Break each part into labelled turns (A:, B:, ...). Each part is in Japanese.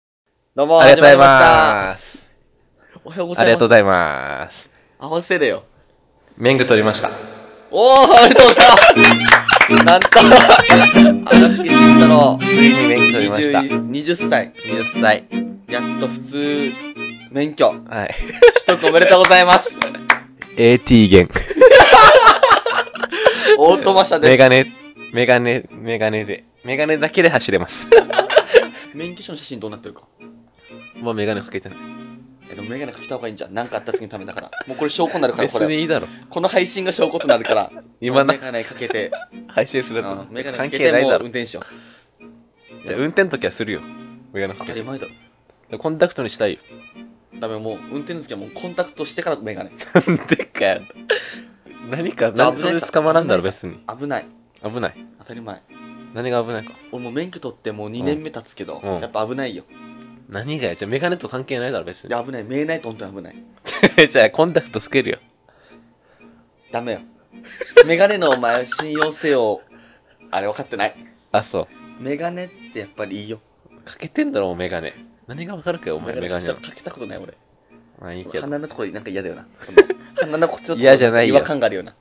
A: も
B: ありがとうござい
A: 始
B: ま
A: りました。おはようご
B: す。あ
A: ざ
B: り
A: いま
B: がと
A: す。
B: うございます。
A: あ、ほんせいだよ。
B: メング取りました。
A: おー、ありがとうございます。なんと、荒木慎太郎、
B: ついに免許取りました。
A: 20 20歳。
B: 20歳。
A: やっと普通、免許。
B: はい。
A: 取得おめでとうございます。
B: AT 弦。
A: オートマ車
B: メ
A: です
B: ガ。ネ、メガネ、メガネで。メガネだけで走れます。
A: 免許証の写真どうなってるか。
B: もうメガネかけてない。
A: え、でもメガネかけた方がいいんじゃん。なんかあった時のためだから。もうこれ証拠になるから、
B: 別
A: これ。
B: にいいだろ。
A: この配信が証拠となるから。
B: 今な
A: メ、ガネかけて、
B: 配信する
A: う
B: と
A: ん。メガネか
B: 関
A: け
B: 係
A: て、
B: ない
A: もう
B: だ
A: 運
B: ろ。
A: 転しよ
B: じゃあ運転の時はするよ。メガネ
A: う。当
B: か
A: た
B: け
A: り
B: て。
A: 前だろ。
B: コンタクトにしたいよ。
A: ダメ、もう運転の時はもうコンタクトしてからメガネ。
B: なんでかよ。何か、
A: じゃあ
B: 何それで捕まらんだろ、別に。
A: 危ない。
B: 危ない。
A: 当たり前。
B: 何が危ないか。
A: 俺もう免許取ってもう2年目経つけど、
B: うん
A: やっぱ危ないよ。
B: 何がよ。じゃあメガネと関係ないだろ、別
A: いや、危ない。見えないと本当に危ない。
B: に。 じゃあコンタクトつけるよ。
A: ダ メよ。メガネのお前、信用性を、あれ分かってない。
B: あ、そう。
A: メガネってやっぱりいいよ。
B: かけてんだろ、おメガネ。何がわかるかよ、お前、メガネ
A: か
B: は
A: け。たかけたことない俺。
B: まあいいけど。
A: 鼻のところなんか嫌だ よな。鼻のこっちのとこ
B: 嫌じゃないよ
A: 違和感がある よな。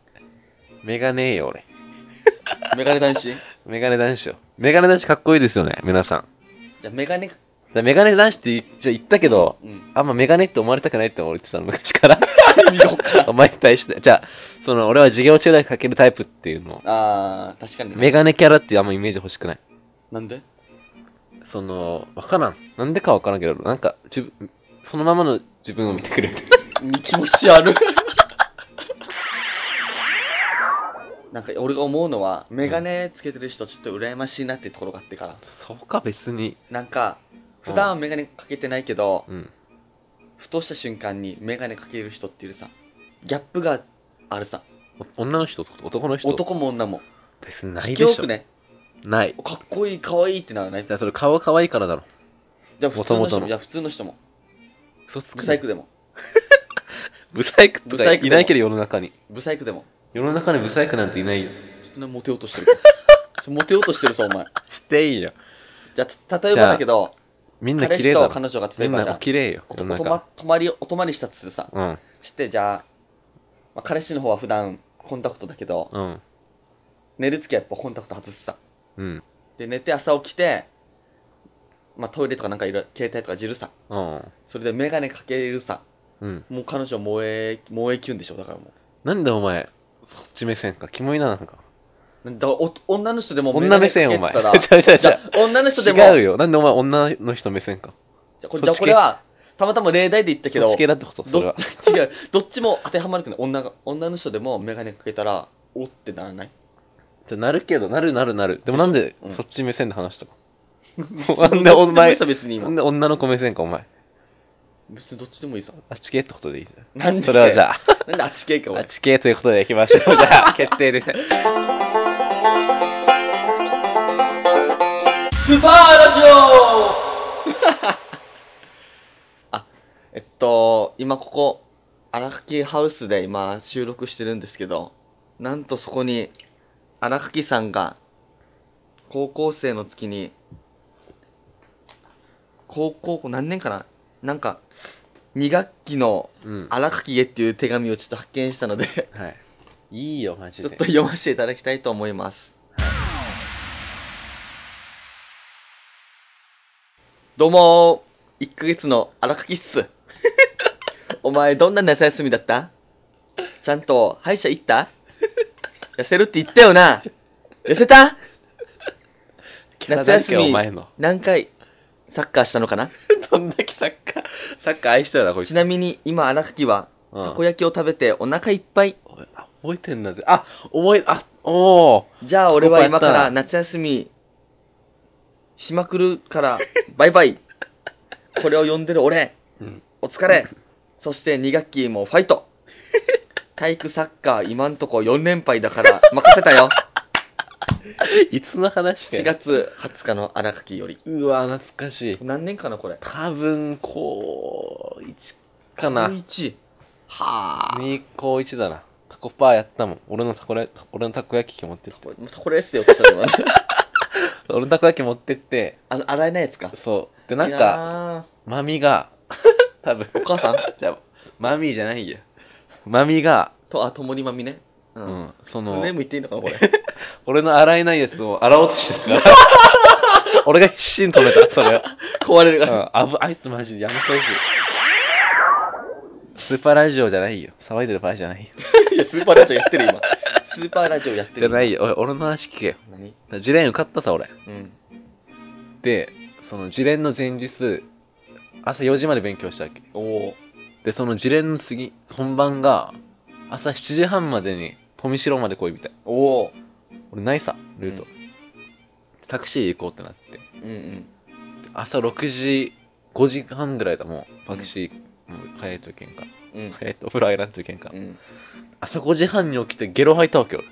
B: メガネよ、俺。
A: メガネ男子じ
B: メガネ男子よ。メガネ男子かっこいいですよね、皆さん。
A: ゃあメガネ、
B: だメガネ男子って、じゃあ言ったけど、
A: うん。
B: あんまメガネって思われたくないって俺言ってたの、昔から。
A: 見よっか。
B: お前に対して。じゃあ、その、俺は授業中だけかけるタイプっていうのを。
A: あー、確かにね。
B: メガネキャラってあんまイメージ欲しくない。
A: なんで
B: その、わからん。なんでかわからんけど、なんか、自分、そのままの自分を見てくれて。
A: 気持ち悪い。なんか俺が思うのは、メガネつけてる人ちょっと羨ましいなっていうところがあってから。
B: そうか、別に。
A: なんか、普段はメガネかけてないけど、
B: うん。
A: ふとした瞬間にメガネかける人っていうさ、ギャップがあるさ。
B: お女の人と男の人
A: 男も女も。
B: 別にない
A: 卑
B: で
A: 怯
B: しょ。
A: くね。
B: ない。
A: かっこいい、かわいいってならない
B: じゃあ、それ顔可愛いからだろ。
A: じゃあ普通の
B: 元
A: 人
B: 々の
A: も、いや普通の人も。
B: 嘘つく
A: ブ
B: な
A: サイクでも。
B: ブサイクと
A: ブサ
B: か
A: イクでも
B: いないけど世の中に。
A: ブサイクでも。
B: 世の中にブサイクなんていないよ。
A: ちょっとね、モテようとしてる。ちょモテようとしてるさ、お前。
B: していいよ。
A: じゃあ、た例えばだけど、
B: みんな
A: 彼
B: 綺麗
A: 氏
B: だ
A: と
B: ろ。
A: 彼女が例
B: み
A: え
B: ん
A: ばじゃ
B: な
A: あ、
B: 綺麗よ。
A: お
B: 世
A: と
B: の
A: おと
B: 中
A: ま。泊まり、お泊まりしたとするさ。
B: うん。
A: して、じゃあ、まあ、彼氏の方は普段コンタクトだけど、
B: うん。
A: 寝るつきはやっぱコンタクト外すさ。
B: うん。
A: で、寝て朝起きて、まあ、トイレとかなんかいろいろ、携帯とかじるさ。
B: うん。
A: それでメガネかけるさ。
B: うん。
A: もう彼女萌え、萌えキュンでしょ、だからも
B: なんでお前、そっち目線か。キモいな、なんか。
A: う。だからお女の人でもメガネ
B: 女目
A: かけ
B: 線、
A: てた
B: お前。
A: ら、
B: 違 う違う
A: じゃあ女の人でも、
B: 違うよ。なんでお前、女の人目線か。
A: じゃあこれじ
B: そ
A: ゃ
B: っ
A: あ
B: ち系
A: これは、たまたま例題で言ったけ
B: そっ
A: ど
B: ち、系だってことそれ
A: ど
B: は
A: っ。ち違う、どっちも当てはまるけど、女が、女の人でもメガネかけたら、おってならない
B: じゃあなるけど、なるなるなる。でもなんで
A: う、ん
B: そっち目線で話し たか。なんでお
A: どっちもい
B: 前
A: い、さ、別に
B: な
A: 今
B: ん。で女の子目線か、お前。
A: 別にどっちでも いいさ。
B: あっち系ってことでいいじゃん
A: なんで
B: それはじゃあ。
A: なんであっち系か、
B: あっ
A: 俺。
B: ち系ということでいきましょう。じゃあ、決定です。
A: スパーラジオ あ、えっと、今ここ、荒垣ハウスで今収録してるんですけど、なんとそこに、荒垣さんが、高校生の月に、高校、何年かななんか、2学期の
B: うん。
A: 荒垣へっていう手紙をちょっと発見したので、
B: はい。いいよ、マジ
A: ちょっ
B: で。
A: と読ませていただきたいと思います。 どうもー、1ヶ月の荒垣っす。 お前、どんな夏休みだったちゃんと歯医者行った痩せるって言ったよな痩せた
B: キャラ
A: 夏
B: だっ
A: 休
B: けお
A: み
B: 前の。
A: 何回サッカーしたのかな
B: どんだけサッカー、サッカー愛してたな、こいつ。
A: ち
B: うん
A: なみに今荒垣はたこ焼きを食べてお腹いっぱい。
B: あ覚えてんなぜ。あ、覚え、あ、おお。
A: じゃあ俺は今か
B: ここやった
A: ら夏休みしまくるからバイバイこれを呼んでる俺
B: うん。
A: お疲れそして2学期もファイト体育サッカー今んとこ4連敗だから任 せたよ
B: いつの話
A: 7
B: かよ。
A: 月20日の荒垣より
B: うわ、懐かしい。
A: 何年かなこれ
B: 多分、こう、一かな。
A: 1はあ
B: 二高一だな。タコパーやったもん。俺のタコラ、俺のたこ焼き器持ってって。
A: またこれエッセイ落としたでもね
B: 俺のたこ焼き持ってって、
A: あの洗えないやつか
B: そで、なん
A: いい
B: か、
A: なぁ
B: マミが、 多分
A: お母さん
B: じゃあ、マミーじゃないよ。マミが、
A: と、あ、ともりまみね。う。
B: うんん、そ
A: フル
B: の
A: ネー、ム言っていいのかな、これ。
B: 俺の洗えないやつを洗おうとしてた から。俺が必死に止めた、そ れを。
A: 壊れる
B: う
A: から。
B: ん、あぶ、あいつマジでやめてほしい。スーパーラジオじゃないよ。騒いでる場合じゃないよ。
A: いや、スーパーラジオやってる、今。スーパーラジオやってる。。
B: じゃないいよ。おい俺の話聞けよ。
A: 何
B: ジレン受かったさ、俺。
A: うん。
B: で、そのジレンの前日、朝4時まで勉強したわけ。
A: おお。
B: で、そのジレンの次、本番が、朝7時半までに、富城まで来いみたい。
A: おお。
B: 俺ないさ、ルート。
A: う
B: タクシーで行こうってなって。
A: うんうん。
B: 朝6時、5時半ぐらいだもん。タクシー、もう早いといけんか。
A: うん。
B: 早いと、お風呂入らんといけんか
A: う。ん。
B: 朝5時半に起きてゲロ吐いたわけよ、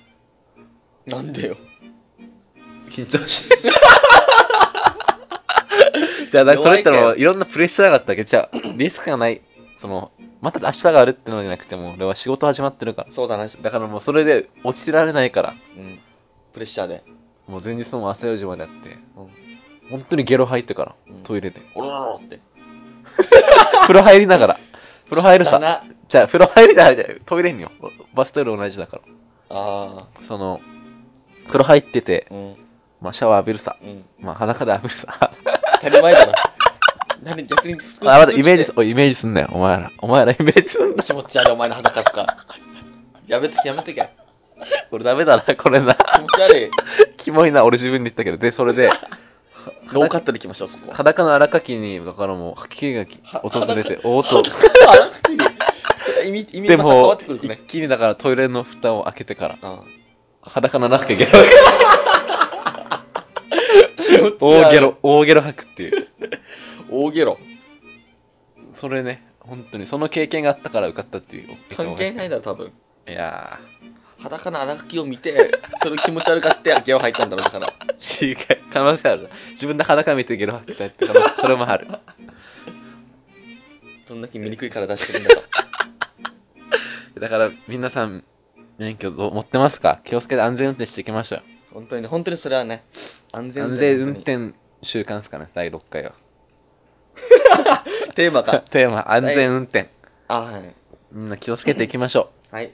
A: なんでよ。
B: 俺。緊張 して。じゃあ、なんかそれって
A: 弱い
B: の、
A: け
B: いろんなプレッシャーがあったわけど、じゃあ、リスクがない。その、また明日があるってのじゃなくても、俺は仕事始まってるから。
A: そうだな。
B: だからもうそれで落ちてられないから。
A: うん。プレッシャーで。
B: もう前日のも朝4時までやって、
A: うん
B: 本当にゲロ吐いてから、
A: うん
B: トイレで。
A: おろろって。
B: 風呂入りな がら。風呂入る
A: だ
B: さ。
A: な。
B: じゃあ、風呂入りながらじゃないトイレによ。バストイレ同じだから。
A: あ
B: その、風呂入ってて、
A: あ。うん。
B: まあ、シャワー浴びるさ。
A: うん。
B: まあ、裸で浴びる さ。
A: 当たり前だな。何逆に服着て。
B: あ、まだイメージす、おいイメージすんなよ、お前ら。お前らイメージすんな。
A: 気持ち悪い、お前の裸とか。やめとけ、やめとけ。
B: これダメだな、これな。
A: 気持ち悪い。
B: キモいな、俺自分で言ったけど。で、それで、
A: ノーカットでいきましょう、そこは。
B: 裸の荒垣に、だからもう、吐き気がき
A: は
B: 訪れて、おーっと。
A: それ意味、意味
B: で
A: また変わ
B: も
A: ってくる、くね
B: 一。気にだからトイレの蓋を開けてから、
A: あ
B: 裸の荒垣ゲロ、
A: あ気持ち悪い
B: 大ゲ。ロ、大ゲロ吐くっていう。
A: 大ゲロ。
B: それね、本当に、その経験があったから受かったっていう。
A: 関係ないだろ、多分。
B: いや
A: 裸の荒垣を見て、それを気持ち悪がって、ゲロ吐いたんだろう、だから。
B: ー、違う、可能性あるな。自分で裸見てゲロ吐きたいって可能性、それもある。
A: どんだけ醜い体してるんだと。
B: だから、皆さん、免許どう持ってますか気をつけて安全運転していきましょう。
A: 本当にね、本当にそれはね、安全
B: 安
A: だよ
B: 全運
A: 本当に
B: 転習慣ですかね、第6回は。
A: テーマが。
B: テーマ、安全運転。
A: あ、はい。
B: みんな気をつけていきましょ
A: はい。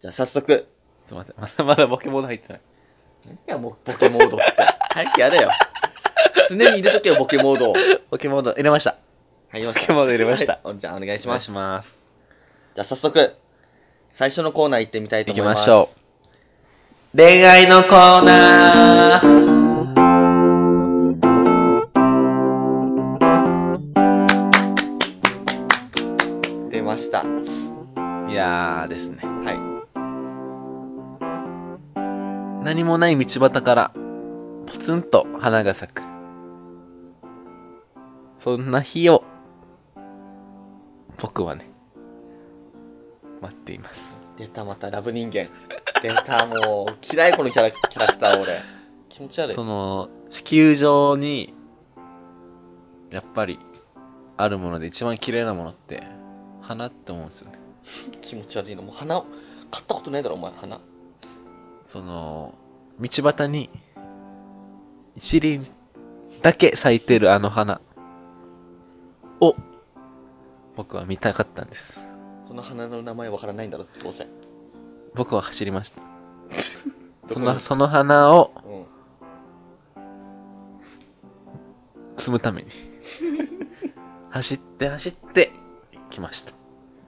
A: じゃあ早速。
B: う。すいません。まだまだボケモード入ってない。
A: いや、もうボケモード って。早くやれよ。常に入れとけよ、ボケモードを。
B: ボケモード入れました。
A: 入りま
B: ボケモード入れました。
A: はいじゃあ、お願いし
B: お願
A: ま
B: い
A: す。
B: します。
A: じゃあ、早速、最初のコーナー行ってみたいと
B: 行
A: 思
B: き
A: いま。
B: ますしょう。恋愛のコーナー。
A: 出ました。はい
B: やーですね。
A: い。
B: 何もない道端から、ポツンと花が咲く。そんな日を、僕はね、待っています。
A: 出た、また、ラブ人間。出た、もう、嫌い、このキャラキャラクター、俺。気持ち悪い。
B: その、地球上に、やっぱり、あるもので一番綺麗なものって、花って思うんですよね。
A: 気持ち悪いの。もう、鼻、買ったことないだろ、お前、鼻。
B: その、道端に、一輪だけ咲いてるあの花を、僕は見たかったんです。
A: その鼻の名前わからないんだろ、どうせ。
B: 僕は走りました。
A: ど
B: そ
A: こ
B: の、
A: に
B: その花を
A: うん。
B: 摘む ために、走って走って、来ました。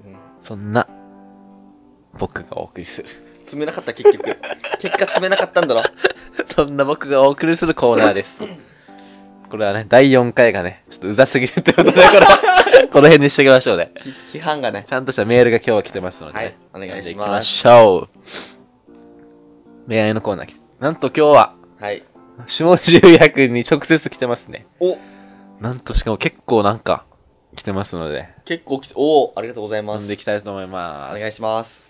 A: うん。
B: そんな、僕がお送りする。
A: 詰めなかった、結局。結果、詰めなかったんだろ。
B: そんな僕がお送りするコーナーです。これはね、第4回がね、ちょっとうざすぎるってことだから、 この辺にしておきましょうね。
A: ひ批判がね。
B: ちゃんとしたメールが今日は来てますので、ね。
A: はいお願いします
B: 行きましょう。恋愛のコーナー来てなんと今日は、
A: はい。
B: 下重役に直接来てますね。
A: お、
B: なんとしかも結構なんか、来てますので、
A: 結構きつ、おーありがとうございま
B: 読
A: す。
B: んでいきたいと思います。
A: お願いします。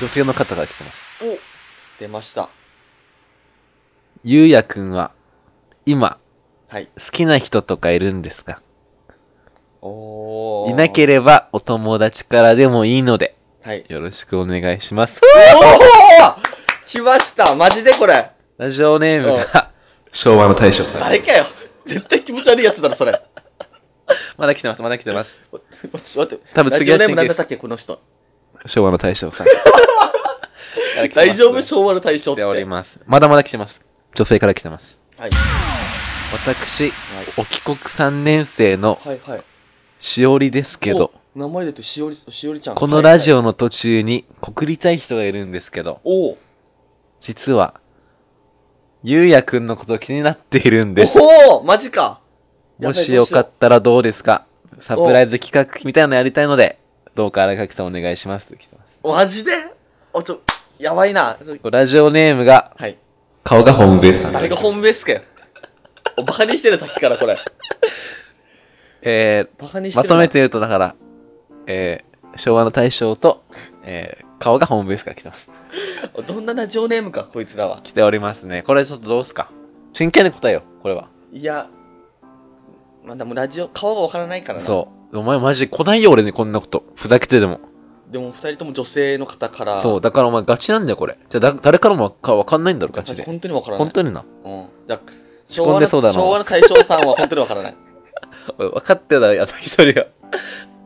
B: 女性の方から来てます。
A: お出ました。
B: ゆうやくんは、今、
A: はい。
B: 好きな人とかいるんですか
A: おー。
B: いなけ
A: れ
B: れば、お友達からでもいいので、
A: はい。
B: よろしくお願いします。
A: おー来ましたマジでこれ
B: ラジオネームが、昭和の大将さん。
A: 誰かよ絶対気持ち悪いやつだろ、それ。
B: まだ来てます、まだ来てます。
A: 待って、待って。
B: 多分
A: ラ
B: 次
A: ジオ
B: は
A: ネー
B: 真
A: ム
B: 剣
A: なん
B: で
A: だっ
B: す
A: たっけ、この人。
B: 昭和の大将さん。
A: 大丈夫昭和の大将って。
B: 来て
A: は
B: お
A: い
B: り。ます。まだまだ来てます。女性から来てます。
A: はい。
B: 私、お帰国3年生の
A: はい、はい。
B: しおりですけど、
A: お。名前で言うと、しおり、しおりちゃん。
B: このラジ
A: オ。
B: オの途中に告りたい人がいるんですけど、
A: おー。
B: 実は、ゆうやくんのこと気になっているんです。
A: おおマジかや
B: も
A: べえ
B: しよかったらどうですかサプライズ企画みたいなのやりたいので、どうか荒垣さんお願いします。と来てます
A: マジでお、ちょ、やばいな。
B: これラジオネームが、
A: はい。
B: 顔がホームベースさん。
A: 誰が本命っすかよ。お、バカにしてる、さっきからこれ。
B: え
A: バカにして
B: ー、ま
A: る
B: と
A: な。
B: めて言うと、だから、えー、昭和の大将と、えー、顔がホームベースから来てます。
A: どんなラジオネームか、こいつらは。
B: 来ておりますね。これちょっとどうすか真剣に答えよう、これは。
A: いや、まあでもラジオ、顔がわからないからな。
B: そう。お前マジ来ないよ、俺にこんなこと。ふざけてでも。
A: でも二人とも女性の方から。
B: そう。だからお前ガチなんだよ、これ。じゃあだ、誰からもかわかんないんだろ、ガチで。
A: 本当にわからない。
B: 本当にな。
A: うん。だ
B: 仕込んでそうだな
A: 昭和の昭和の大将さんは本当にわからない。
B: おい分かってたよ、あと一人は。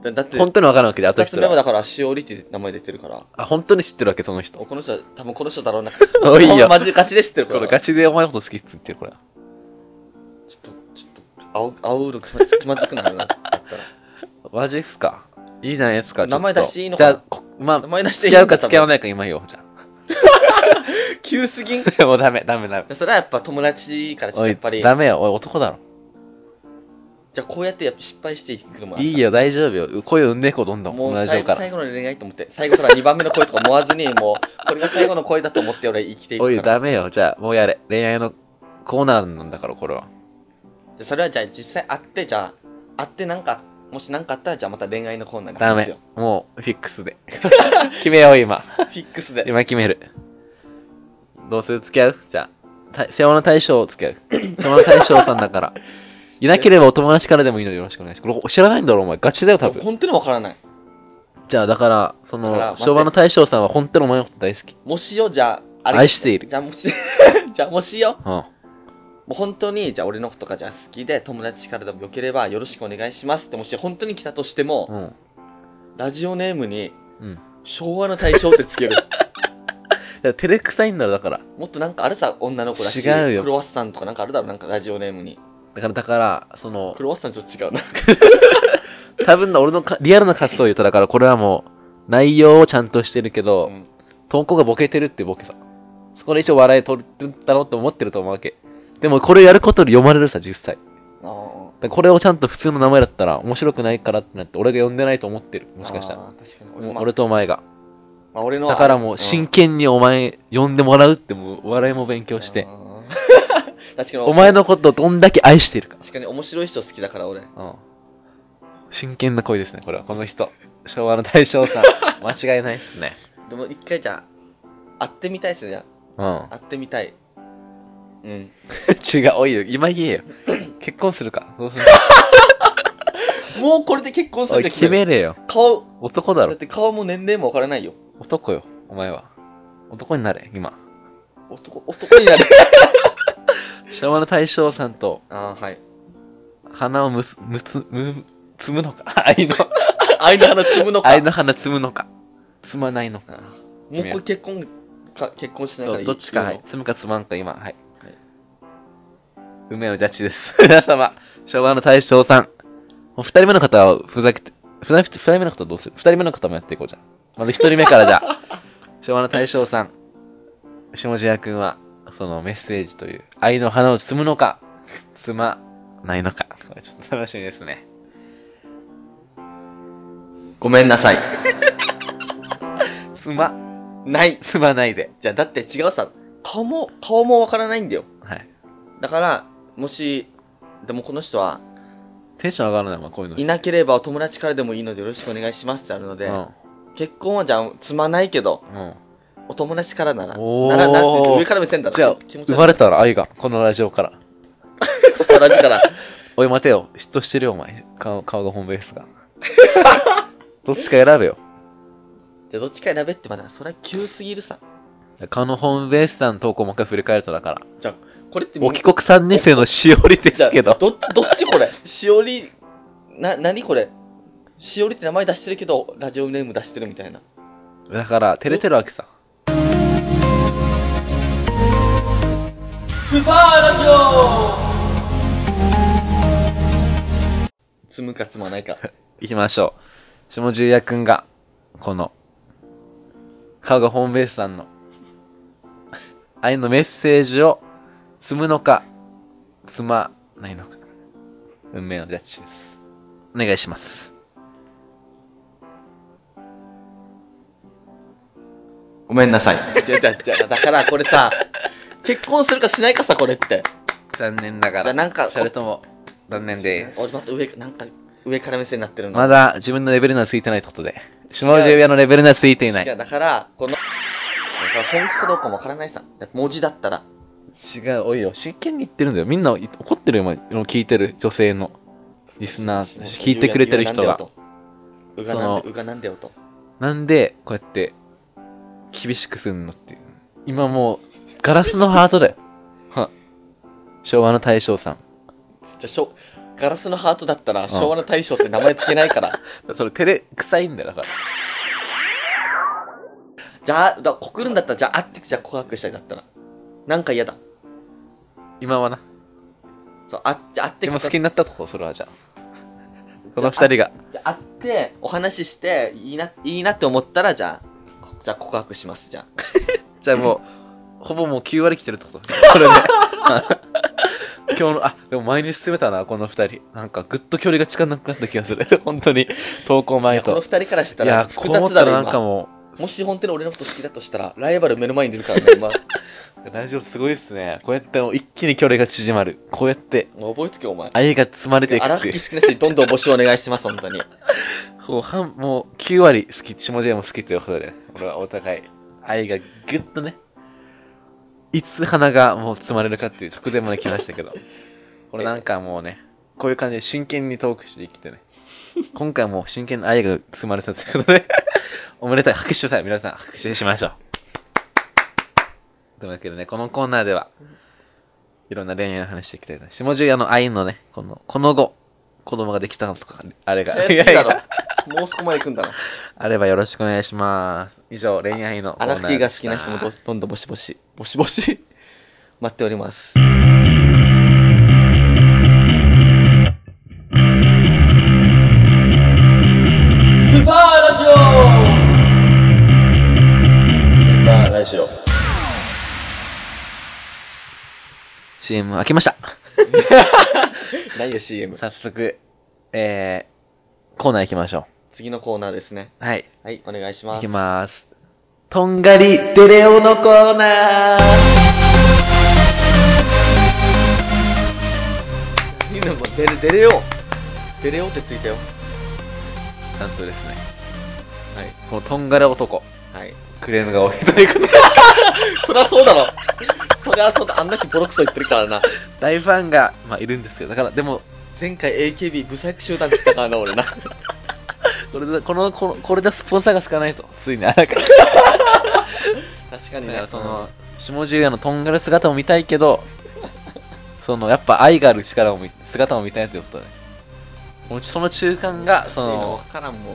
A: だだって、
B: 本当に分からんわけで、あと
A: 二
B: 一
A: つ
B: 人
A: 目は
B: は。
A: だから、しおりって名前出てるから。
B: あ、本当に知ってるわけ、その人。
A: おこの人は、多分この人だろうな。
B: おいいよ
A: マジガチで知ってるか
B: これ
A: ら。
B: ガチでお前のこと好きっつってる、これ。
A: ちょっと、ちょっと、あお、煽るの気まず気まずくなるな。だったら
B: マジっすかいいじゃないですか、ちょっと
A: 名前出していいのかな
B: じゃあこ、まあ
A: 名、前出してい
B: 付
A: いん
B: き
A: だ
B: 合うか
A: 多分
B: 付き合わないか今よ、じゃ
A: 急すぎん。
B: あ。もうダメ、ダメ、ダメ。
A: それはやっぱ友達からして
B: お
A: やっ
B: い
A: ぱり、、
B: ダメよ、おい、男だろ。
A: じゃあこうやってやっぱ失敗していくのもある
B: い
A: さ
B: いよ、大丈夫よ。声を産んでいこう、どんどん。
A: も
B: こ
A: う
B: のラジ
A: 最
B: オ
A: 後
B: か
A: 最
B: ら。
A: 後の恋愛と思って、最後から2番目の声とか思わずに、もう、これが最後の声だと思って俺生きてい
B: お
A: く
B: い、
A: から。
B: ダメよ、じゃあ、もうやれ。恋愛のコーナーなんだから、これは。
A: でそれはじゃあ実際会って、じゃあ、会ってなんか、もしなんかあったら、じゃあまた恋愛のコーナーな
B: ダ
A: んです
B: メ
A: よ。。
B: もう、フィックスで。決めよう、今。
A: フィックスで。
B: 今決める。どうする付き合うじゃあ、た世話の大将を付き合う。世話の大将さんだから。いなければお友達からでもいいのでよろしくお願いします。これ知らないんだろ、お前。ガチだよ、多分。
A: 本当にわからない。
B: じゃあ、だから、そ
A: だから待
B: の、
A: って
B: 昭和の大将さんは本当にお前のこと大好き。
A: もしよ、じゃあ、あれ
B: 愛している。
A: じゃあもし、 じゃあもしよ、
B: うん。
A: もう本当に、じゃあ俺のことがじゃあ好きで、友達からでもよければよろしくお願いしますって、もし本当に来たとしても、
B: うん。
A: ラジオネームに、
B: うん。
A: 昭和の大将ってつける。
B: だ照れくさいんだろ、だから。
A: もっとなんかあるさ、女の子らしい。
B: 違うよ
A: クロワッサンとかなんかあるだろ、なんかラジオネームに。
B: だから、だから、その
A: ク、ロワッサンちょっと違うな。
B: 多分な俺のかリアルな活動を言うと、だからこれはもう、内容をちゃんとしてるけど、
A: うん
B: 投稿がボケてるってボケさ。そこで一応笑い取るんだろうって思ってると思うわけ。でもこれやることで読まれるさ、実際。だか
A: あー
B: らこれをちゃんと普通の名前だったら面白くないからってなって、俺が読んでないと思ってる。もしかしたら。
A: あー確かに
B: も
A: 俺,、
B: う
A: まあ
B: 俺とお前が。
A: まあ俺の
B: だからもう真剣にお前呼んでもらうってもう笑いも勉強
A: と
B: して。
A: 確かに
B: お前のことどんだけ愛してるか。
A: 確かに面白い人好きだから俺
B: うん。真剣な恋ですね、これは。この人。昭和の大将 さん。間違いないっすね。
A: でも一回じゃあ会ってみたいっすねじゃ
B: うん
A: あ。会ってみたいうん
B: 違う、おいよ、今言え よ。結婚するか。どうする
A: もうこれで結婚す
B: お
A: る
B: い、
A: か
B: 決めれよ。
A: 顔
B: 男だ
A: だ っ
B: ろ。
A: て顔も年齢も分からないよ
B: 男よ、お前は。男になれ、今。
A: 男男に なる
B: 昭和の大将さんと
A: ああはい
B: 鼻をむす、むつ、む、摘むのか。 愛の、
A: 愛の花摘むのか
B: 愛の花摘むのか。摘まないのか。
A: あーもうこれ結婚か結婚しないからいい
B: どっちか、はいい
A: い。の
B: 摘むか摘まんか、今、はい。
A: はい
B: 梅のジャッジです。 皆様、昭和の大将さん。もう二人目の方はふざけて、ふざけて、二人目の方どうする二人目の方もやっていこうじゃん。まず一人目からじゃあ、 昭和の大将さん。下地屋くんは、そのメッセージという、愛の花を摘むのか、摘まないのか。これちょっと楽しみですね。
A: ごめんなさい
B: 摘ま、
A: ない
B: 摘まないで。
A: じゃあだって違うさ顔も顔も分からないんだよ
B: はい。
A: だからもしでもこの人は
B: テンション上がるな、まあ、こういうの。
A: いなければお友達からでもいいのでよろしくお願いしますってあるので、
B: うん。
A: 結婚はじゃあ、つまないけど、
B: うん。
A: お友達からなら、な
B: おー
A: らなって言って上から目線だな。
B: じゃあ、
A: 気持ち悪い
B: 生まれたら愛が、このラジオから。
A: 素晴らしいから。
B: おい、待てよ。嫉妬してるよ、お前。顔、顔が本命ですが。 どっちか選べよ。
A: じゃあどっちか選べってまだ、それは急すぎるさ。
B: 顔の本命さんの投稿もう一回振り返るとだから。
A: じゃあ、これって
B: お帰国3年生のしおりで
A: じゃ
B: す
A: あ
B: けど。
A: どっち、どっちこれしおり、な、なにこれしおりって名前出してるけど、ラジオネーム出してるみたいな。
B: だから、照れてるわけさ。
A: スパーラジオ積むか積まないか。
B: 行きましょう。下重也くんが、この、顔が本命さんの、愛のメッセージを積むのか、積まないのか。運命のジャッジです。お願いします。
A: ごめんなさい。じゃじゃじゃだからこれさ、結婚するかしないかさ、これって。
B: 残念ながら。
A: じゃあなんか
B: それとも、残念です。
A: 俺まず上、なんか、上から目線になってるの。
B: ま
A: だ
B: だ自分のレベルにはついてないってことで。下重也のレベルにはついていない。違
A: だから、この、だから本気かどうかもわからないさ。だって文字だったら。
B: う、おいよ。真剣に言ってるんだよ。みんな怒ってるよ、今。聞いてる女性の。リスナー、聞いてくれてる人が。。
A: うがなんでうがなんでよと。
B: なんで、こうやって、厳しくすんのっていう。今もう、ガラスのハートだよ。は昭和の大将さん。
A: じゃあしょ、ガラスのハートだったら、昭和の大将って名前つけない から。
B: それ、照れ、臭いんだよ、だから。
A: じゃあ、だ告るんだったら、じゃあ、会って、じゃあ告白したいだったら。なんか嫌だ。
B: 今はな。
A: そう、あ、じゃあ会って
B: でも好きになったとこ、それはじゃあ。
A: じゃ
B: この
A: あ
B: 二人が。
A: じゃあ会って、お話しして、いいな、いいなって思ったら、じゃあ、こじゃあ告白します、じゃあ。
B: じゃあもう、ほぼもう9割来てるってこと。これね。 今日の、あ、でも前に進めたな、この二人。なんか、ぐっと距離が近なくなった気がする。 本当に、投稿
A: い
B: 前
A: やこの
B: と。
A: 二人からした
B: い
A: ら、
B: や、
A: 複
B: こう思っ
A: 雑
B: た
A: だ
B: ら
A: ろ、
B: なんか
A: 今。
B: も
A: もし本当に俺のこと好きだとしたら、ライバル目の前に出るからね、今。
B: う、ラジオすごいっすね。こうやってもう一気に距離が縮まる。こうやって、
A: もう覚えとけよ、お前。
B: 愛が積まれていく
A: 荒
B: って
A: 吹
B: い
A: き好
B: う。
A: きな人にどんどん募集お願いします、本当に。
B: こう半もう9割好き、下地も好きということで、俺はお互い、愛がぐっとね、いつ花がもう積まれるかっていう直前まで来ましたけど、これなんかもうね、こういう感じで真剣にトークして生きてね、今回も真剣な愛が積まれたということで、おめでたい拍手さえ、皆さん拍手しましょう。というわけでね、このコーナーでは、いろんな恋愛の話していきたいな。下地屋の愛のね、この、この後、子供ができたのとか、あれ
A: え
B: が。
A: 好きだろ。もうそこまで行くんだな。
B: あればよろしくお願いします。以上、恋愛のコー
A: 荒
B: ナーでした。
A: 吹きが好きな人もどどんどんぼしぼし、ぼしぼし、 待っております。
C: スパーラジオ
B: スーパーラジオ。CM 開けました。
A: 何よ CM。
B: 早速、えー、コーナー行きましょ
A: 次のコーナーですね。
B: う。はい、
A: はい、お願いし
B: 行
A: ま
B: き
A: す。
B: ます。とんがりデレオのコーナー
A: みんなもう出れ、出れよう。出れようってついたよ。
B: なんとですね、
A: はい。
B: このとんがら男、
A: はい。
B: クレームが多いということで、
A: そりゃそうだろ。そりゃそうだ。あんだけボロクソ言ってるからな。
B: 大ファンが、まあ、いるんですけど、だから、でも、
A: 前回 AKB 不作集団って言ったからな、俺 な。
B: これで、この、このこれでスポンサーがつかないと、ついにあらかじ
A: 確かに
B: め
A: ね。
B: その、下重屋のとんがる姿も見たいけど、その、やっぱ愛がある力を見、姿も見たいということで、もうその中間が、
A: 難しい
B: そ
A: の
B: の
A: わ、からんもん。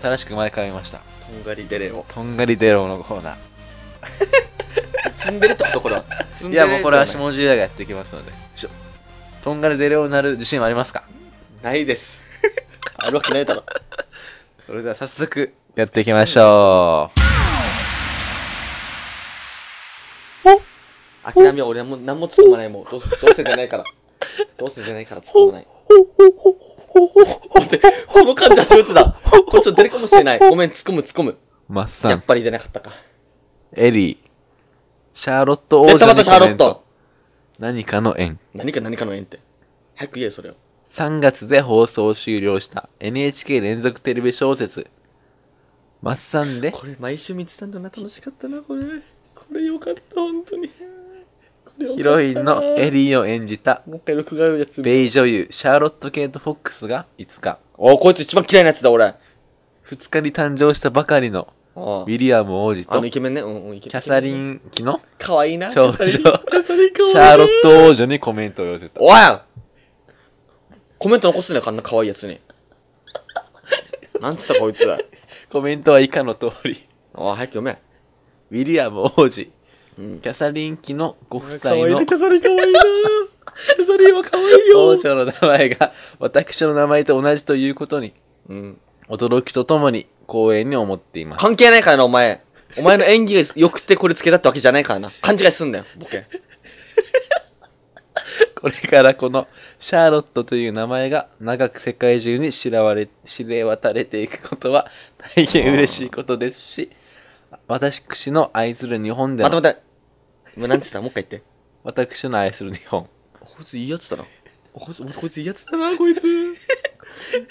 B: 新しく生まれ変わりました。
A: とんがり出れよ
B: とんがりデローのコーナ
A: う。積んでるってことこれは。積
B: ー。
A: ん
B: い
A: でるっ
B: や、
A: て
B: もうこれは下重屋がやっていきますので、しょとんがりデローになる自信はありますか
A: ないです。あるわけないだろ。
B: それでは早速、やっていきましょう。
A: 諦めは俺はもう何も突っ込まないもう。どうせ、どうせ出ないから。どうせ出ないから突っ込まない。待って、この感じ初めてだ。こっちは出るかもしれない。ごめん、突っ込む、突っ込む。
B: マッサ
A: やっ
B: ン、
A: ぱり出なかったか。
B: エリー、シャーロット王
A: や
B: 女
A: ったまたシャーロッ
B: にコメ
A: ト
B: ント。。何かの縁。
A: 何か何かの縁って。早く言えよ、それを。
B: 3月で放送終了した NHK 連続テレビ小説、マッサンで
A: これ毎週見てたんだな楽しかったなこれこれよかった本当にこれよかったな
B: ヒロインのエリーを演じた
A: もう一回録画やつ
B: ベイ女優シャーロット・ケイト・フォックスが5日、
A: おこいつ一番嫌いなやつだ俺あ
B: 2日に誕生したばかりのウ
A: あ
B: ィリアム王子
A: あ
B: と
A: のイ
B: キ
A: ケメンねうんうんイケメ
B: ャサリン妃の
A: かわいいな
B: 長女
A: キャサリンキャサリンかわいい
B: シャーロット王女にコメントを寄せた。
A: おいコメント残すねあんな可愛いやつになんつったこいつ
B: コメントは以下の通り。
A: おい早く読め
B: ウィリアム王子、キ
A: うん
B: ャサリン妃のご夫
A: 可
B: 妻
A: 愛い
B: の
A: なキャサリンかわいいなキャサリンは可愛い
B: 王
A: よ
B: 女の名前が私の名前と同じということに
A: うん
B: 驚きとともに光栄に思っています。
A: 関係ないからな、お前。お前の演技が良くてこれつけたってわけじゃないからな。勘違いすんだよ、ボケ。
B: これからこのシャーロットという名前が長く世界中に知らわれ、知れ渡れていくことは 大変嬉しいことですし、私の愛する日本で
A: また
B: の、
A: また。もうなんつったもう一回言って。
B: 私の愛する日本。
A: こいついいやつだな。こいつ、こいついいやつだな、こいつ。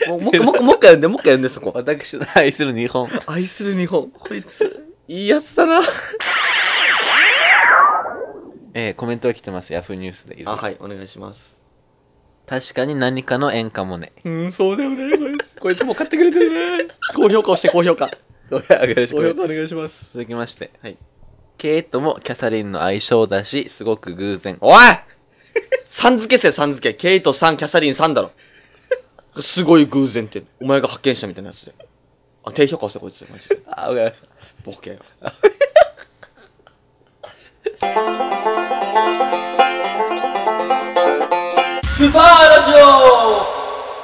A: もう、もう一回、もう一回もう一回読んで、もう一回読んで、そこ。
B: 私の愛する日本。
A: 愛する日本。こいつ、いいやつだな。
B: えーコメントが来てます。ヤフーニュースでいろいろ
A: あ、はい、お願いします。
B: 確かに何かの縁かもね。
A: うん、そうだよね、こいつ。こいつもう買ってくれてるね。高評価をして、高評価。高評価お願いします。
B: 続きまして。
A: はい。
B: ケイトもキャサリンの相性だし、すごく偶然。
A: おいさん付けせよ、さん付け。ケイトさん、キャサリンさんだろ。すごい偶然って。お前が発見したみたいなやつで。あ、低評価押せ、こいつ。マジで。
B: あ、わかりました。
A: ボケよ。
C: スパーラジオ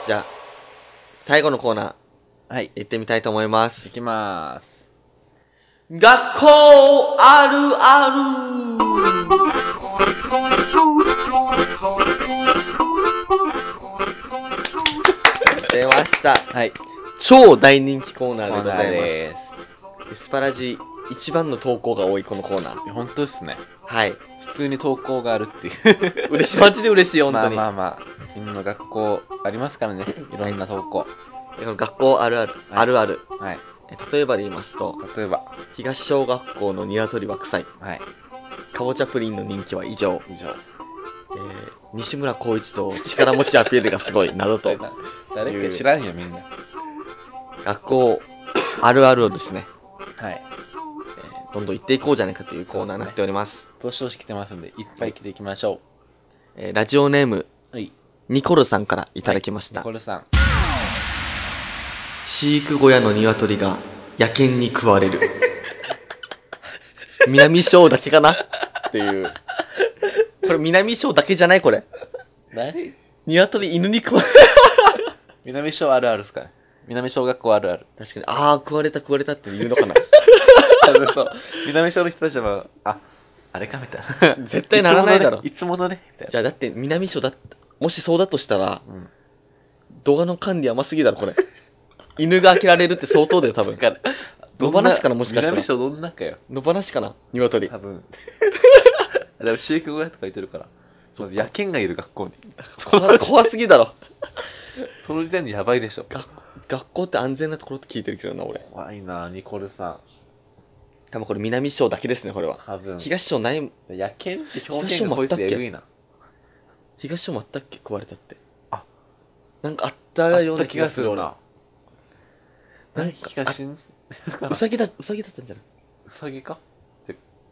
A: じゃあ、最後のコーナー、
B: はい。
A: 行ってみたいと思いま
B: い
A: す。
B: きまーす。
A: 学校あるある出ました。
B: はい。
A: 超大人気コーナー
B: コ
A: で
B: ー
A: ご
B: ナー
A: ざいます。
B: で
A: エスパラジ一番の投稿が多いこのコーナー。
B: す。本当ですね。
A: はい。
B: 普通に投稿があるっていう。
A: 嬉しい。マジで嬉しいよ、 本
B: ま
A: 当
B: あ
A: に。
B: まあまあ、みんな学校ありますからね。いろんな投稿。
A: だから学校あるある、あるある。
B: はい。
A: え例えばで言いますと、
B: 例えば、
A: 東小学校のニワトリは臭い。
B: はい。
A: かぼちゃプリンの人気は異常。
B: 以上。
A: えー、西村光一と力持ちアピールがすごい。 などと、
B: 誰か知らんよ、みんな。
A: 学校あるあるをですね、
B: はい。
A: どんどん行っていこうじゃないかというコーナーになっております。
B: 年々来てますんで、いっぱい来ていきましょ
A: えーラジオネーム、
B: う。はい。
A: ニコルさんからいただきまし
B: ニ
A: た。
B: コルさん。
A: 飼育小屋の鶏が野犬に食われる。 南小だけかなっていう。これ南小だけじゃないこれ。
B: 誰
A: 鶏犬に食われる。
B: 南小あるあるですかね。南小学校あるある。
A: 確かに、あー食われた食われたって言うのかな。
B: そう。 南小の人たちは、あ、あれかみたいな。
A: 絶対ならないだろ
B: いつものね、いつものねみたいな。
A: じゃあだって南署だっもしそうだとしたら、
B: ん
A: 動画の管理甘すぎだろ、これ。犬が開けられるって相当だよ、多分。
B: だから、
A: 野放しかなもしかしたら
B: 南小どんなかよ。
A: 野放しかな、鶏。
B: 多分。 でも飼育小屋とかいてるから。そう、野犬がいる学校に。
A: 怖怖すぎだろ。
B: その時点でやばいでしょ。
A: 学学校って安全なところって聞いてるけどな、俺。
B: 怖いなニコルさん。
A: 多分これ南署だけですね、これは。
B: 多分。
A: 東署ない、
B: 野犬って表現がこいつえぐいな。
A: 東署もあったっけ食われたって。
B: あ
A: なんかあったような気がする。
B: な。
A: 俺な
B: 何
A: んか、
B: 東に
A: あうさぎだ、うさぎだったんじゃないう
B: さぎか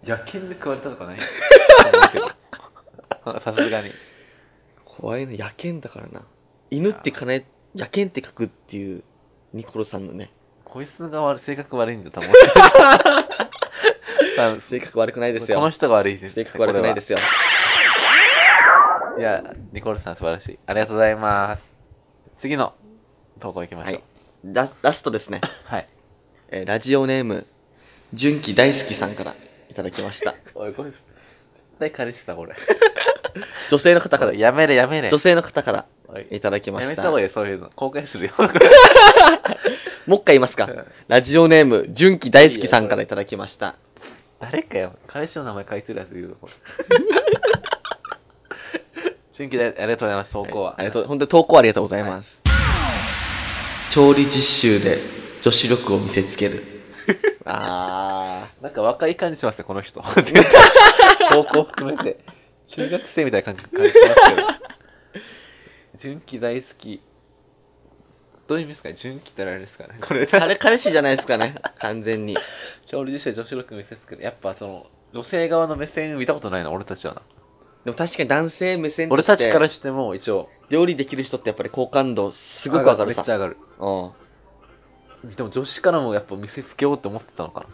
B: 野犬で食われたとかない さすがに。
A: 怖いな、野犬だからな。犬ってかね、野犬って書くっていう、ニコロさんのね。
B: こいつが悪い性格悪いんだ と思う。多分
A: 性格悪くないですよ。
B: この人が悪いです。
A: 性格悪くないですよ。
B: これは。いや、ニコルさん素晴らしい。ありがとうございます。次の投稿行きま
A: は
B: しょう
A: い。。ラスラストですね。
B: はい。
A: えーラジオネーム、純喜大好きさんからいただきました。
B: おい、これ、絶対彼氏だ、これ。
A: 女性の方から、
B: やめれ、やめれ。
A: 女性の方から
B: おい
A: いただき
B: や
A: まし
B: め
A: た。
B: た方
A: も
B: が
A: う
B: いいよ、そういうの。公開す るよ。
A: 一回言いますか。ラジオネーム、純喜大好きさんからいただきました。
B: 誰かよ。彼氏の名前書いてるやついる ぞ、これ。新規でありがとうございます、投稿は。
A: ありがとう、本当に投稿ありが とうございます。調理実習で女子力を見せつける。あ
B: なんか若い感じしますね、この 人。高校含めて。中学生みたいな感覚感じしますけど。純喜大好き。どういう意味ですかね純喜ってあれですかねこれ、
A: あ。あれ彼氏じゃないですかね。完全に。
B: 調理実習女子力見せつけど、やっぱその、女性側の目線見たことないな、俺たちはな。
A: でも確かに男性目線と
B: 俺
A: して
B: たちからしても、一応、
A: 料理できる人ってやっぱり好感度すごく上がる
B: めっち
A: さ
B: ゃ。上がる。
A: うん。
B: でも女子からもやっぱ見せつけようって思ってたのかな。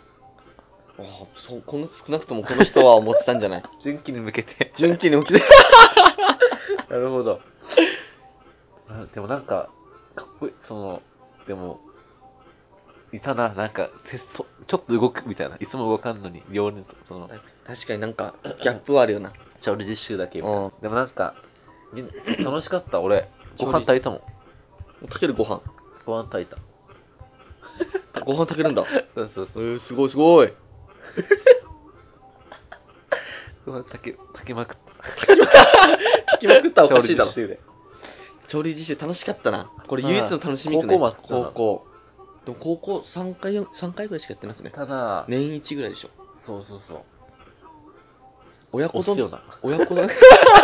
A: あそう、この少なくともこの人は思ってたんじゃない
B: 純喜に向けて。
A: 純喜に向けて。
B: なるほど。なでもなんか、かっこいい、その、でも、いたな、なんか、せそちょっと動くみたいな。いつも動かんのに、両年と、その、
A: 確かになんか、ギャップはあるよな。
B: 調理実習だけみたいな
A: うん。
B: でもなんか、みん楽しかった、俺。
A: 調
B: ご
A: 理
B: 飯炊いたもん。
A: 炊けるご飯。
B: ご飯炊いた。
A: ご飯炊けるんだ。え
B: そうそうそう。
A: ー、すごいすごい。
B: ご飯炊け、炊けまくった。
A: 聞きまくったらおかしいだろ
B: 調理実。習で。
A: 調理実習楽しかったな。これ唯一の楽しみかね。
B: まあ高校も
A: 高
B: あったな
A: 校。でも高校3回、3回ぐらいしかやってなくね。
B: ただ、
A: 年1ぐらいでしょ。
B: そうそうそう。
A: 親子
B: 押すよ
A: 丼。
B: な。
A: 親子丼。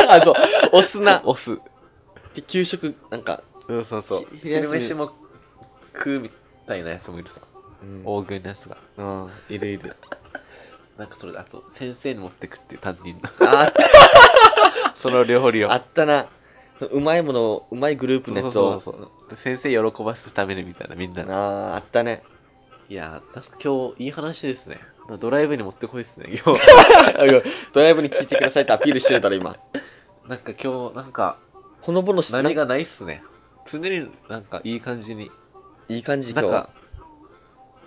A: あ、そう。おすな。
B: 押す。
A: で、給食、なんか、
B: うん、そうそう。
A: ひ
B: 昼飯も食うみたいなやつもいるさ。
A: うん、
B: 大食いのやつが。
A: うんいるいる。
B: なんかそれで、あと、先生に持ってくっていう担任の。
A: あ
B: その料理を。
A: あったな。そのうまいものを、うまいグループのやつを。
B: そうそうそう先生喜ばすためにみたいな、みんな
A: あ。あー、あったね。
B: いやー、なんか今日、いい話ですね。ドライブに持ってこいですね、今 日。
A: ドライブに聞いてくださいってアピールしてるだろ、今。
B: なんか今日、なんか、
A: ほのぼのしな
B: 波がないっすね。常になんか、いい感じに。
A: いい感じ、今
B: な
A: 日
B: ん
A: は
B: か。、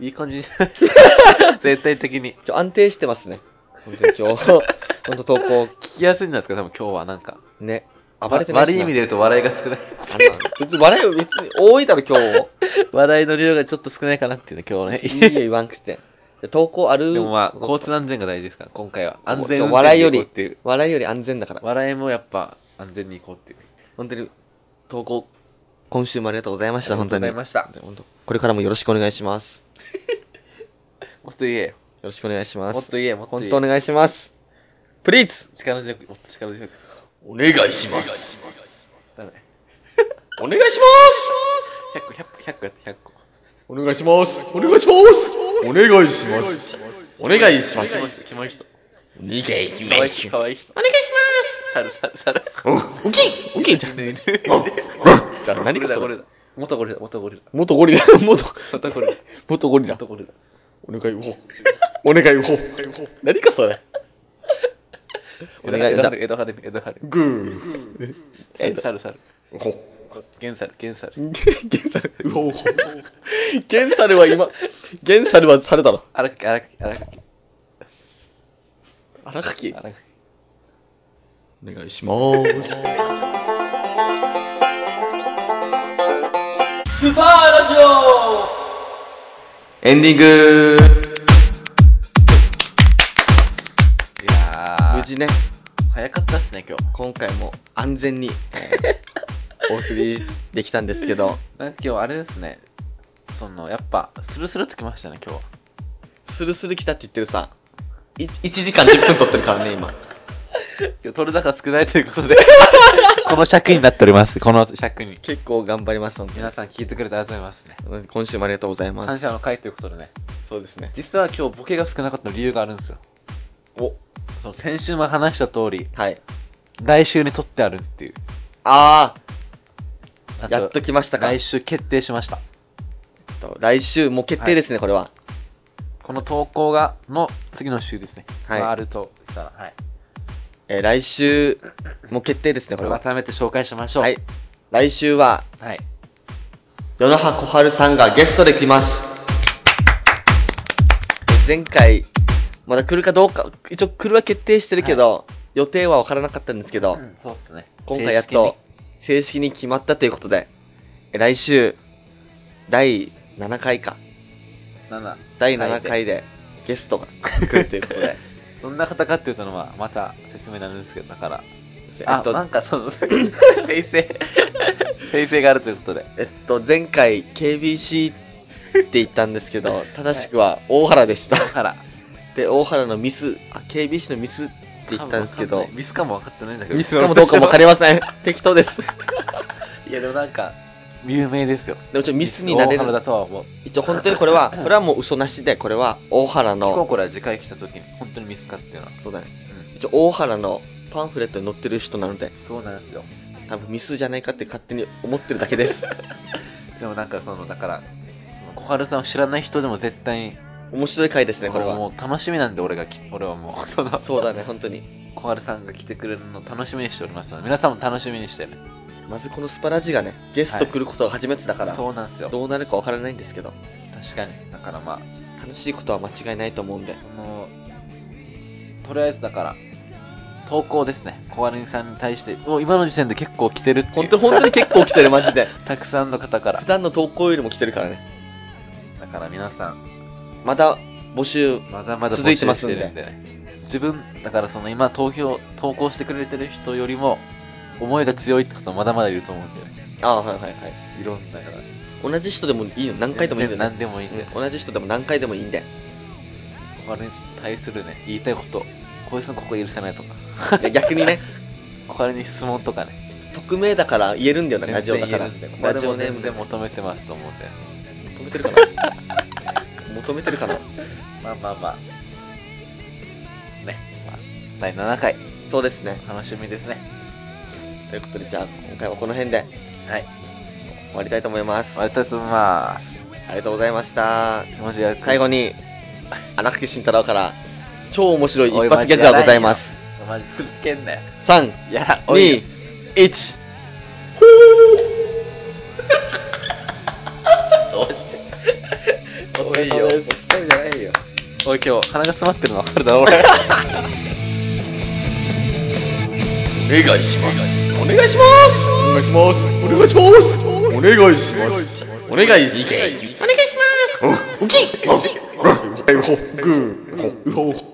B: いい感じじゃない 全体的に。
A: ちょ、安定してますね。本 当に今日。本当投稿、
B: 聞きやすいんじゃないですか、多分今日はなんか。
A: ね。暴れてないし
B: 悪
A: な。
B: い意味で言うと笑いが少ない。
A: あの別に笑いは別に多いだろ、今日 も。
B: 笑いの量がちょっと少ないかなっていうね、今
A: い
B: 日
A: い
B: ね。
A: よ、言わんくて。で投稿ある。
B: でもまあ、交通安全が大事ですから、今回は。安全運転で
A: 笑いよ
B: 行
A: り
B: こうっていう。
A: 笑いより安全だから。
B: 笑いもやっぱ、安全に行こうっていう。
A: 本当に、投稿、今週もありがとうございました、本当
B: あ
A: に。
B: りがとうございました。
A: 本当これからもよろしくお願いします。
B: もっと言えよ。
A: よろしくお願いしま
B: もっ
A: す
B: と。言え、もっと
A: 本
B: 言え。
A: 当お願いします。プリーズ
B: 力強く、もっと力強く。
A: お願いします。
B: ダメ。
A: お願いします
B: 100個、100個、100個やって、100個。
A: お願いしますお願いしますお願いしますお願いしま
B: キモい人、キモ
A: お
B: い人。
A: 願いし
B: かわいい
A: す
B: 人、かわいい人。
A: お願いします
B: 猿、猿、猿。
A: おきおきじゃん。
B: 犬、犬。
A: じゃあ何
B: ゴ
A: か
B: リラ、
A: そ
B: ゴリ
A: れ。
B: ラ。元ゴリラ、元ゴリラ。
A: 元ゴリラ、元、
B: 元ゴリラ。
A: 元ゴリラ。
B: 元ゴリラ。
A: お願いを。お願いを。何かそれ。お願い
B: 江
A: じ
B: 戸
A: ゃん。
B: 春、江戸春、江戸春。
A: グ
B: 猿、
A: ー。
B: 猿、猿。
A: うほ。
B: ゲン猿、ゲン猿。
A: ゲンサル。うほうほ。ゲンサルは今、ゲンサルは猿だろ。
B: 荒垣、荒垣、荒垣、
A: 荒垣。
B: 荒垣。
A: お願いします。
C: スパーラジオ
A: エンディング
B: いや
A: 無
B: ー、
A: 事ね、
B: 早かったっすね、今日。
A: 今回も安全 に、えーお送りできたんですけど、
B: なんか今日あれですね。その、やっぱ、スルスルつきましたね、今日は。
A: スルスル来たって言ってるさ、い1時間10分撮ってるからね、今。
B: 今日取れ高少ないという ことで、この尺になっております、この尺に。
A: 結構頑張ります、本当に
B: 皆さん聞いてくれてありがとうございますね。
A: うん今週もありがとうございます。
B: 感謝の会ということでね。
A: そうですね。
B: 実際は今日ボケが少なかった理由があるんですよ。
A: お、
B: その先週も話した通り、
A: はい。
B: 来週に取ってあるっていう。
A: あ
B: あ
A: ー、やっと来ましたか。
B: 来週決定しました。
A: と来週、もう決定ですね、これは。
B: この投稿が、の次の週ですね。
A: はい
B: があるとしたら、はい。
A: えー来週、もう決定ですね、こ
B: こ
A: れ
B: れ
A: は。
B: 改めて紹介しましょう。
A: はい。。来週は、
B: はい。
A: 与那覇小春さんがゲストで来ます。前回、まだ来るかどうか、一応来るは決定してるけど、予定は分からなかったんですけど、
B: うんそうっすね。
A: 今回やっと正式に決まったということで、え来週、第7回か、
B: 正式に。7。
A: 第7回でゲストが来るということで、
B: どんな方かっていうとのは、また説明になるんですけど、だから。
A: え
B: あ
A: っ、
B: な
A: と、
B: んかその、 訂正、訂正があるということで。
A: えっと、前回 KBC って言ったんですけど、正しくは大原でした。
B: から、
A: で、大原のミス、あ、警備士のミスって言ったんですけ
B: 多分
A: ど
B: わかんない、ミスかも分かってないんだけど。
A: ミスかもどうかも分かりませ ん。適当です。
B: いや、でもなんか、有名ですよ。
A: でもちょっとミスになれ
B: 大原
A: る。
B: だとは思う。
A: 一応本当にこれは、これはもう嘘なしで、これは大原
B: 飛行
A: の、
B: 機から次回来た時に、本当にミスかっていうのは。
A: そうだね。一応大原のパンフレットに載ってる人なので、
B: そうなんですよ。
A: 多分ミスじゃないかって勝手に思ってるだけ です。
B: でもなんかその、だから、小春さんを知らない人でも絶対に、
A: 面白い回ですね、これは。
B: もう楽しみなんで俺がき、俺はもう、 その、
A: そうだね、本当に。
B: 小春さんが来てくれるの楽しみにしておりますので、皆さんも楽しみにしてね。
A: まずこのスパラジがね、ゲスト来ることが初めてだから、
B: そうなんですよ。
A: どうなるかわからないんですけど、
B: 確かに。だからまあ、
A: 楽しいことは間違いないと思うんで、
B: その、とりあえずだから、投稿ですね。小春さんに対して、もう今の時点で結構来てるってい
A: 本
B: う
A: 当、本当に結構来てる、マジで。
B: たくさんの方から
A: 普。段の投稿よりも来てるからね。
B: だから皆さん、
A: また募集、
B: まだまだ募
A: 続
B: 集
A: いてます
B: し
A: ん
B: て
A: で
B: るんでね。自分、だからその今投票、投稿してくれてる人よりも、思いが強いって方まだまだいると思うんでね。
A: ああ、はいはいはい。
B: いろんな、
A: 同じ人でもいいの、何回でもいいん
B: 全然
A: だよ、ね
B: 何でもいいんで、
A: うん同じ人でも何回でもいいんで。
B: これに対するね、言いたいこと、こいつのここ許せないとか、
A: いや逆に ね、
B: これに質問とかね、
A: 匿名だから言えるんだよな、ラジオだから
B: 全然言えるん。で
A: ラジオネー
B: 全
A: ムで
B: 然求めてますと思うんで。
A: 求めてるかな 求めてるかな
B: まあまあまあ。ね、まあ、第7回、
A: そうですね。
B: 楽しみですね。
A: ということで、じゃあ今回はこの辺で
B: はい。
A: 終わりたいと思います。
B: ありがとうございます。
A: ありがとうございました。
B: 気持ちよく。
A: 最後に、 荒木慎太郎から、超面白い
B: おい
A: 一発ギャグがございます。
B: マジふざけんなよ。
A: 3、
B: いや、おい
A: 2、1。
B: お
A: お疲
B: 疲れ
A: れ
B: 様
A: 様
B: で。
A: ですす
B: お疲れじゃないよ。おい、今日、鼻が詰まってるの分かるだろ、俺。
A: お願いします。お願いします。お願いします。お願いします。お願いします。お願いします。お願いします。お願いします。お願いします。